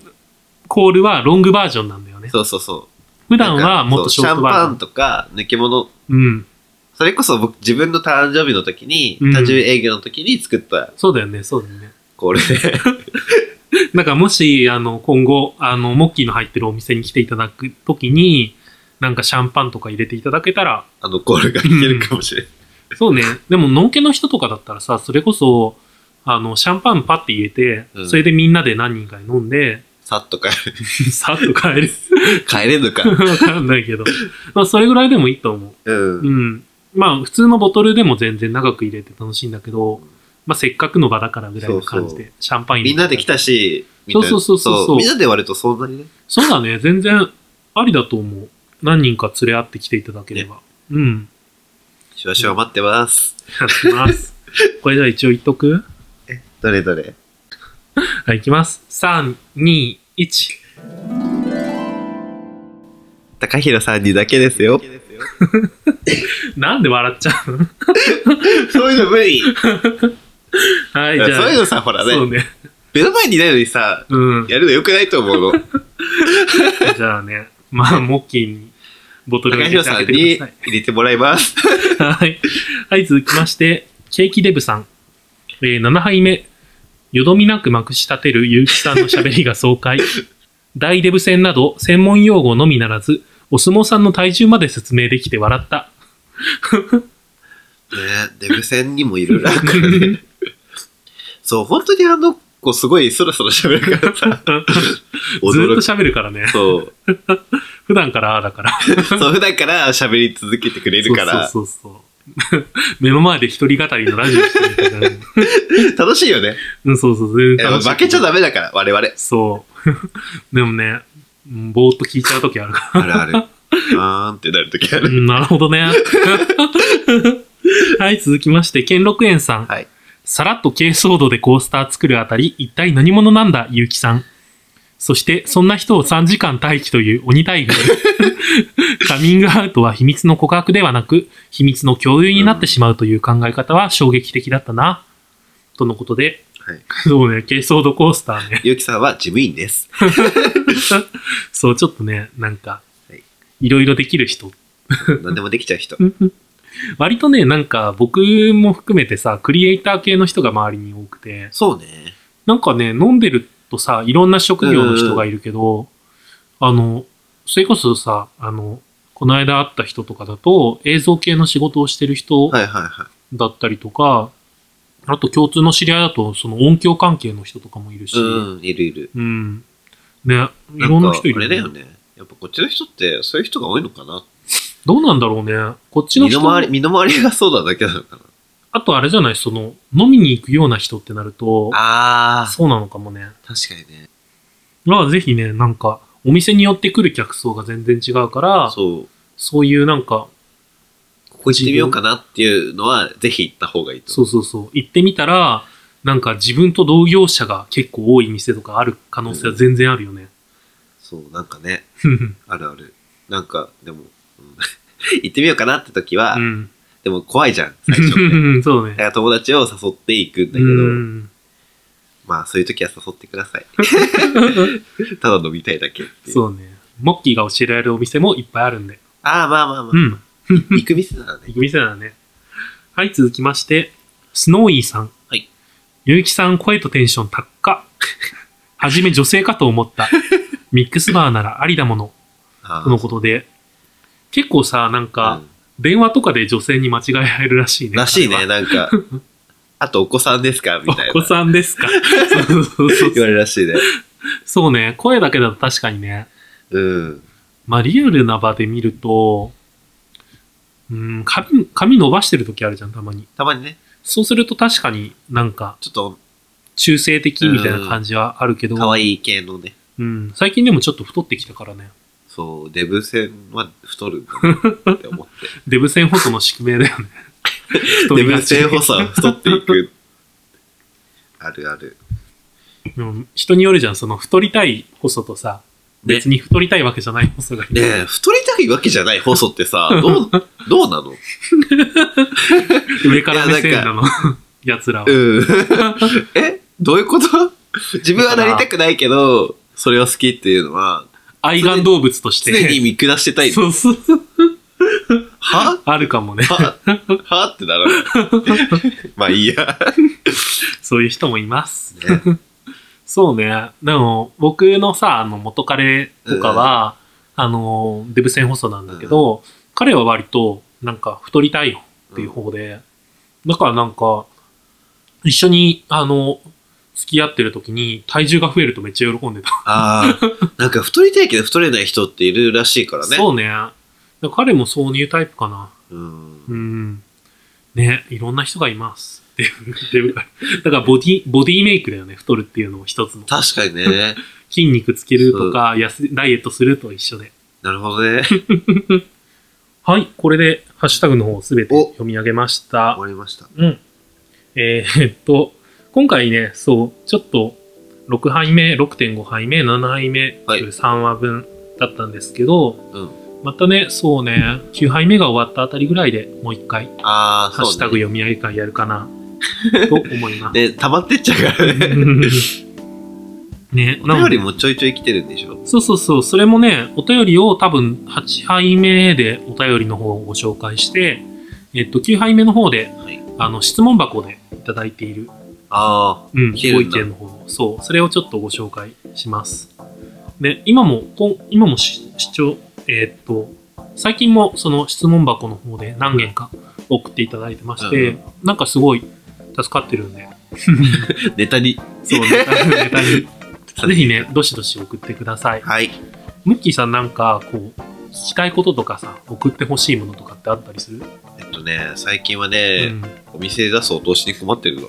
Speaker 1: コールはロングバージョンなんだよね。
Speaker 2: そうそうそう。
Speaker 1: 普段はもっとショート
Speaker 2: シャ
Speaker 1: バ
Speaker 2: ンパ
Speaker 1: ー
Speaker 2: ン
Speaker 1: ジ
Speaker 2: とか、抜け物。
Speaker 1: ョン。うん。
Speaker 2: それこそ僕、自分の誕生日の時に、
Speaker 1: うん
Speaker 2: 誕生日営業の時に作った
Speaker 1: そうだよね、そうだよね。
Speaker 2: コールで。
Speaker 1: なんかもし、あの、今後、あの、モッキーの入ってるお店に来ていただくときに、なんかシャンパンとか入れていただけたら、
Speaker 2: あのコールがいけるかもしれない。
Speaker 1: そうね。でも、のんけの人とかだったらさ、それこそ、あの、シャンパンパって入れて、
Speaker 2: うん
Speaker 1: それでみんなで何人かに飲んで、
Speaker 2: さっと帰る。
Speaker 1: さっと帰る。
Speaker 2: 帰れるのか。
Speaker 1: わかんないけど。まあ、それぐらいでもいいと思う。
Speaker 2: うん。
Speaker 1: うん。まあ、普通のボトルでも全然長く入れて楽しいんだけど、まあ、せっかくの場だからぐらいの感じで、シャンパン入れ
Speaker 2: み
Speaker 1: て
Speaker 2: んなで来たし、みんな
Speaker 1: そうそうそうそうそう
Speaker 2: みんなで割るとそんなにね。
Speaker 1: そうだね。全然ありだと思う。何人か連れ合ってきていただければ。うん。
Speaker 2: しわしわ待ってます。
Speaker 1: やって ます。これじゃあ一応言っとく
Speaker 2: どれどれ。
Speaker 1: はい、いきます。3、2、1。
Speaker 2: 高弘さんにだけですよ。
Speaker 1: なんで笑っちゃうの
Speaker 2: そういうの無理。
Speaker 1: はい、
Speaker 2: そう
Speaker 1: じゃあ。
Speaker 2: いうのさ、ほら
Speaker 1: そう
Speaker 2: ね、
Speaker 1: ね。
Speaker 2: 目の前にいないのにさ、
Speaker 1: うん。
Speaker 2: やるのよくないと 思うの。
Speaker 1: じゃあね。まあ、モッキーにボトルを
Speaker 2: 高
Speaker 1: 入れ
Speaker 2: 弘
Speaker 1: てあげ
Speaker 2: さん
Speaker 1: て
Speaker 2: に
Speaker 1: くだ
Speaker 2: 入れてもらいます。
Speaker 1: さい。はい。はい、続きまして、ケーキデブさん。えー、7杯目。よどみなくまくし立てる結城さんの喋りが爽 快。大デブ戦など、専門用語のみならず、お相撲さんの体重まで説明できて笑 った。
Speaker 2: ねデブ戦にもいろいろあるからね。 そう、本当にあの子すごいそろそろ喋るから さ、
Speaker 1: ずーっ
Speaker 2: 驚
Speaker 1: と
Speaker 2: く。
Speaker 1: 喋るからね。
Speaker 2: そう。
Speaker 1: 普段からああだから。
Speaker 2: そう、普段から喋り続けてくれるから、
Speaker 1: そうそうそうそう。目の前で一人語りのラジオしてるから、ね。
Speaker 2: 楽しいよね。
Speaker 1: うん、そうそう、全然
Speaker 2: え
Speaker 1: 楽しい。
Speaker 2: 負けちゃ
Speaker 1: だ。
Speaker 2: ダメだから、我々。
Speaker 1: そう。で もね、うんぼーっと聞いちゃうときあるか
Speaker 2: ある ある。あーんってなるときあ
Speaker 1: ら。う
Speaker 2: る。
Speaker 1: ん、なるほどね。 はい、続きまして、兼六園さん。
Speaker 2: はい。
Speaker 1: さらっと軽装度でコースター作るあたり、一体何者なんだ、ゆうきさん。そして、そんな人を3時間待機という鬼待遇。 カミングアウトは秘密の告白ではなく、秘密の共有になってしまうという考え方は衝撃的だったな。とのことで、
Speaker 2: はい。
Speaker 1: そうね、軽装度コースタ ーね。
Speaker 2: ゆうきさんは事務 員です。
Speaker 1: そう、ちょっとね、なんか
Speaker 2: はい、
Speaker 1: いろいろできる人。
Speaker 2: 何でもできちゃう人。
Speaker 1: 割とね、なんか僕も含めてさ、クリエイター系の人が周りに多くて、
Speaker 2: そうね。
Speaker 1: なんかね、飲んでるとさ、いろんな職業の人がいるけど、あの、それこそさ、あの、この間会った人とかだと、映像系の仕事をしてる人
Speaker 2: はいはいはい。
Speaker 1: だったりとか、あと共通の知り合いだと、その音響関係の人とかもいるし、
Speaker 2: うん、いるいる。
Speaker 1: うん。ね、い
Speaker 2: な
Speaker 1: ろんな
Speaker 2: か
Speaker 1: 人いる、
Speaker 2: あれだよね。やっぱこっちの人ってそういう人が多いのかな。
Speaker 1: どうなんだろうね。こっちの
Speaker 2: 身
Speaker 1: 人も
Speaker 2: の回り、身の回りがそうなだけなのかな。
Speaker 1: あとあれじゃない、その、飲みに行くような人ってなると、
Speaker 2: あ
Speaker 1: そうなのかもね。
Speaker 2: ー、確かにね。
Speaker 1: まあぜひね、なんか、お店によって来る客層が全然違うから、そう
Speaker 2: そう。
Speaker 1: いうなんか、
Speaker 2: ここ行ってみようかなっていうのは、ぜひ行った方がいいと
Speaker 1: そ
Speaker 2: 思う。
Speaker 1: うそうそう、行ってみたら、なんか自分と同業者が結構多い店とかある可能性は全然あるよね。
Speaker 2: そう、なんかね、
Speaker 1: うん。
Speaker 2: あるある。なんか、でも、うん 行ってみようかなって時は、
Speaker 1: うん。
Speaker 2: でも怖いじゃん、最 初。
Speaker 1: そうね
Speaker 2: だ。から友達を誘っていくんだけど、
Speaker 1: うん。
Speaker 2: まあそういう時は誘ってくだ さい。ただ飲みたいだけっていう。
Speaker 1: そうね。モッキーが教えられるお店もいっぱいあるんで。
Speaker 2: ああ、まあまあま
Speaker 1: う
Speaker 2: あ。
Speaker 1: ん。
Speaker 2: 行く店ならね
Speaker 1: 行。く店だね。はい、続きまして、スノーイーさん。
Speaker 2: はい。
Speaker 1: ゆうきさん、声とテンション高っか。はじめ女性かと思 った。ミックスバーならありだもの。
Speaker 2: あ
Speaker 1: とのことで。結構さ、なん
Speaker 2: あ、う
Speaker 1: か、
Speaker 2: ん
Speaker 1: 電話とかで女性に間違えられるらしいね。
Speaker 2: らしい
Speaker 1: あれ
Speaker 2: ね、
Speaker 1: は。
Speaker 2: なんか。あとお子さんですかみたいな。
Speaker 1: お子さんですか。そうそうそう
Speaker 2: 言
Speaker 1: そう。
Speaker 2: われるらしいね。
Speaker 1: そうね、声だけだと確かにね。
Speaker 2: うん。
Speaker 1: まあ、リアルな場で見ると、うん、髪、髪伸ばしてる時あるじゃん、たまに。
Speaker 2: たまにね、
Speaker 1: そうすると確かになんか、
Speaker 2: ちょっと
Speaker 1: 中性的みたいな感じはあるけど、
Speaker 2: 可愛い系のね、
Speaker 1: うん、最近でもちょっと太ってきたからね。
Speaker 2: そう、デブ戦は太るんだなって思って。
Speaker 1: デブ戦細の宿命だ よね。太
Speaker 2: デ
Speaker 1: りが
Speaker 2: ブ
Speaker 1: ち
Speaker 2: 戦補佐は太っていく。あるある。
Speaker 1: でも人によるじゃん、その太りたい細とさ、
Speaker 2: ね
Speaker 1: 別に太りたいわけじゃない細がいる
Speaker 2: ねえ、太りたいわけじゃない細ってさ、どう、どうなの
Speaker 1: 上から目線
Speaker 2: いや
Speaker 1: なの、 奴らは。
Speaker 2: うん。 えどういうこと自分はなりたくないけど、それは好きっていうのは、
Speaker 1: 愛玩動物として。
Speaker 2: 常に見下してた い。
Speaker 1: そうそうそう。
Speaker 2: は
Speaker 1: あるかもね。
Speaker 2: ははってならない。 まあいいや。
Speaker 1: そういう人もいます。
Speaker 2: ね
Speaker 1: そうね。でも、僕のさ、あの、元彼とかは、あの、デブ戦細なんだけど、彼は割と、なんか、太りたいっていう方で、だからなんか、一緒に、あの、付き合ってる時に体重が増えるとめっちゃ喜んでた。
Speaker 2: ああ、なんか太りたいけど太れない人っているらしいからね。
Speaker 1: そうね。だから彼もそういうタイプかな。
Speaker 2: うん。
Speaker 1: うん。ね、いろんな人がいます。デブ、デ ブから。だからボディ、ボディメイクだよね、太るっていうのも一つの。
Speaker 2: 確かにね。
Speaker 1: 筋肉つけるとか、痩せダイエットすると一緒で。
Speaker 2: なるほどね。
Speaker 1: はい、これでハッシュタグの方すべて
Speaker 2: お
Speaker 1: 読み上げました
Speaker 2: 終。わりました。
Speaker 1: うん。えーえっと、今回ね、そう、ちょっと、6杯目、6.5杯目、7杯目と
Speaker 2: はい
Speaker 1: いう3話分だったんですけど、
Speaker 2: うん。
Speaker 1: またね、そうね、9杯目が終わったあたりぐらいでもう一回、
Speaker 2: ああ、
Speaker 1: ハッシュタ
Speaker 2: そう
Speaker 1: グ
Speaker 2: ね。
Speaker 1: 読み上げ会やるかな、と思います。
Speaker 2: ね、溜まってっちゃうから ね。
Speaker 1: ね、
Speaker 2: お
Speaker 1: なの
Speaker 2: 便り
Speaker 1: で、
Speaker 2: もちょいちょい来てるんでしょ
Speaker 1: そうそうそう、それもね、お便りを多分8杯目でお便りの方をご紹介して、えっと、9杯目の方で、
Speaker 2: はい
Speaker 1: あの、質問箱でいただいている
Speaker 2: ああ、
Speaker 1: うん、
Speaker 2: いける
Speaker 1: ご
Speaker 2: ん
Speaker 1: 意
Speaker 2: だ
Speaker 1: 見の方のそう、それをちょっとご紹介します。で、今も、こん今もし視聴、えーっと、最近もその質問箱の方で何件か送っていただいてまして、
Speaker 2: うん
Speaker 1: なんかすごい助かってるんで、
Speaker 2: ネタに。
Speaker 1: そう、ネタネ タに、ぜひね、どしどし送ってください。
Speaker 2: はい。
Speaker 1: ムッキーさんなんか、こう、聞きたいこととかさ、送ってほしいものとかってあったりする、
Speaker 2: えっとね、最近はね、
Speaker 1: うん
Speaker 2: お店出すお通しに困っ てるの。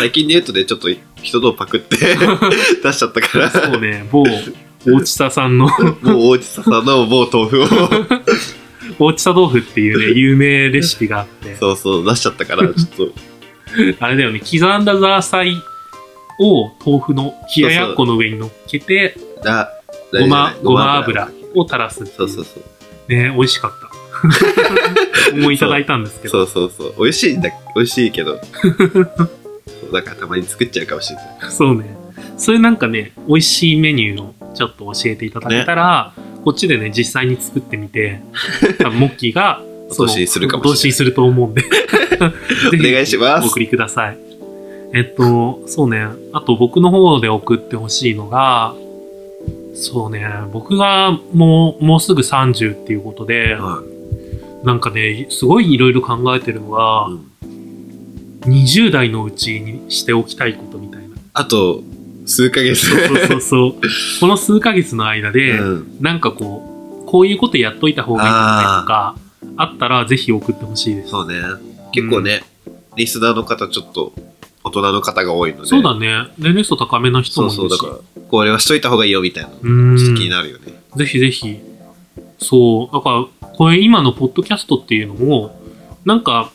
Speaker 2: 最近で言うとね、ちょっと人のをパクっ て出しちゃったから、
Speaker 1: そうね、 某、大地佐さんの
Speaker 2: もう大地さんの某豆腐を
Speaker 1: 大地佐豆腐っていうね、有名レシピがあって、
Speaker 2: そうそう出しちゃったから、ちょっと。
Speaker 1: あれだよね、刻んだザーサイを豆腐の冷ややっこの上に乗っけて、
Speaker 2: な
Speaker 1: ごま、ごま油を垂らすってい
Speaker 2: そうそうそう。
Speaker 1: ね、美味しか った。思いいただいたんですけ
Speaker 2: そ
Speaker 1: ど。
Speaker 2: うそうそう。美味しいんだ、美味しい けど。そうだからたまに作っちゃうかもしれない。
Speaker 1: そうね。そういうなんかね、美味しいメニューをちょっと教えていただけたら、こっちでね、実際に作ってみ て、多分モッキーが、
Speaker 2: お通しするかもしれない
Speaker 1: お通しすると思うんで。
Speaker 2: お願いします
Speaker 1: お送りください。えっと、そうね。あと僕の方で送ってほしいのが、そうね。僕がもう、もうすぐ30っていうことで、
Speaker 2: う
Speaker 1: なんかね、すごいいろいろ考えてるのが、
Speaker 2: ん
Speaker 1: 20代のうちにしておきたいことみたいな。
Speaker 2: あと、数ヶ月。
Speaker 1: そうそうそう。この数ヶ月の間で、
Speaker 2: うん
Speaker 1: なんかこう、こういうことやっといた方がいいんじゃないとか、あったらぜひ送ってほしいです。
Speaker 2: そうね。結構ね、リスナーの方ちょっと大人の方が多いので。
Speaker 1: そうだね。年齢層高めの人
Speaker 2: そ
Speaker 1: も
Speaker 2: う
Speaker 1: いるし。
Speaker 2: そう、だから、これはしといた方がいいよみたいな。ちょ
Speaker 1: うーん
Speaker 2: っと気になるよね。
Speaker 1: ぜひぜひ。そう。だから、これ今のポッドキャストっていうのも、なんか、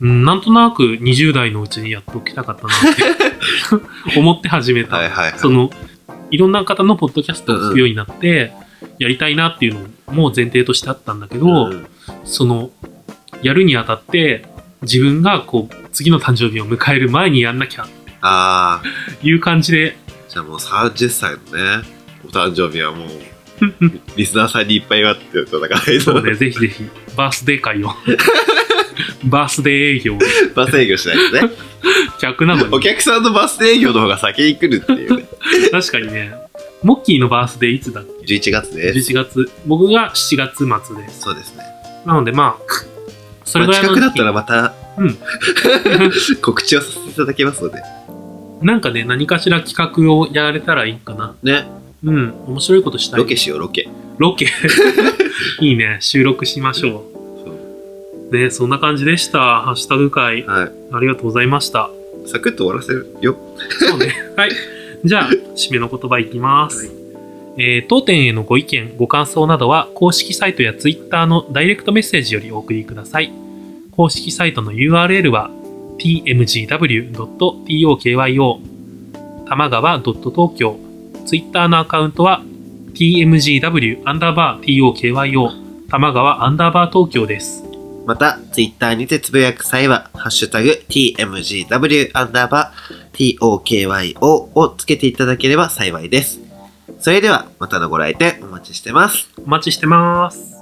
Speaker 1: うんなんとなく20代のうちにやっておきたかったなって 思って始めた。
Speaker 2: はいはいはい。
Speaker 1: その、いろんな方のポッドキャストを聞くようになって、やりたいなっていうのも前提としてあったんだけど、
Speaker 2: うん
Speaker 1: その、やるにあたって、自分がこう、次の誕生日を迎える前にやんなきゃ、
Speaker 2: ああ、
Speaker 1: いう感じで、
Speaker 2: じゃあもう30歳のね、お誕生日はもう、リスナーさんにいっぱい祝ってると、だから、
Speaker 1: そう ね、ぜひぜひ、バースデー会を、 バースデー営業、
Speaker 2: バス営業しないと ね。
Speaker 1: 客なの
Speaker 2: お
Speaker 1: に、
Speaker 2: 客さんのバス営業の方が先に来るってい うね。
Speaker 1: 確かにね、モッキーのバースデーいつだっけ
Speaker 2: 11月です。
Speaker 1: 11月、僕が7月末です。
Speaker 2: そうですね。
Speaker 1: なのでまあ、それぐ
Speaker 2: まあ
Speaker 1: らいの
Speaker 2: 近くだっ
Speaker 1: 時期
Speaker 2: たらまた、
Speaker 1: うん
Speaker 2: 告知をさせていただきますので。
Speaker 1: なんかね、何かしら企画をやれたらいいかな。
Speaker 2: ね、
Speaker 1: うん、面白いことしたい。
Speaker 2: ロケしよう、ロケ。
Speaker 1: ロケ。 いいね、収録しましょう。ね、そんな感じでした。ハッシュタグ会、
Speaker 2: はい。
Speaker 1: ありがとうございました。
Speaker 2: サクッと終わらせるよ。
Speaker 1: そうね。はい。じゃあ、締めの言葉いきます。えー当店へのご意見、ご感想などは、公式サイトや Twitter のダイレクトメッセージよりお送りください。公式サイトの URL は、tmgw.tokyo、玉川 .tokyo、Twitter のアカウントは、tmgw-tokyo、玉川 -tokyo です。
Speaker 2: また、ツイッターにてつぶやく際は、ハッシュタグ、tmgw アンダーバー tokyo をつけていただければ幸いです。それでは、またのご来店お待ちしてます。
Speaker 1: お待ちしてます。